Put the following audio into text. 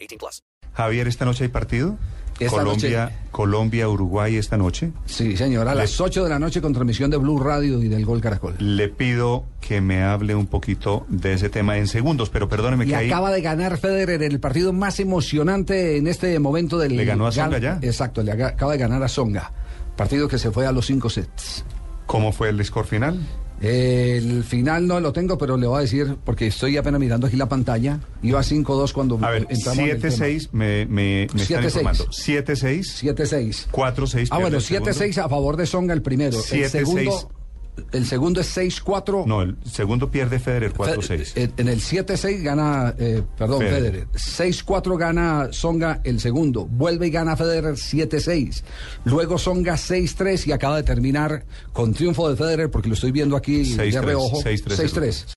18 plus. Javier, esta noche hay partido. Esta Colombia, noche. Colombia, Uruguay esta noche. Sí, señor, a las 8 de la noche con transmisión de Blue Radio y del Gol Caracol. Le pido que me hable un poquito de ese tema en segundos, pero perdóneme Y que ahí acaba de ganar Federer el partido más emocionante en este momento del... ¿Le ganó a Tsonga ya? Exacto, le aga- acaba de ganar a Songa. Partido que se fue a los 5 sets. cómo fue el score final. El final no lo tengo, pero le voy a decir, porque estoy apenas mirando aquí la pantalla. Iba a 5-2 cuando A ver, entramos en el tema. 7-6 me, me, me están 7-6. informando. 7-6, 7-6. 4-6. Ah, bueno, 7-6 a favor de Songa el primero. el 7-6. segundo... El segundo es 6-4. No, el segundo pierde Federer 4-6. Fe- En el 7-6 gana, eh, perdón, Federer. Federer. 6-4 gana Songa el segundo. Vuelve y gana Federer 7-6. Luego Songa 6-3 y acaba de terminar con triunfo de Federer, porque lo estoy viendo aquí de 6-3, reojo. 6-3. 6-3.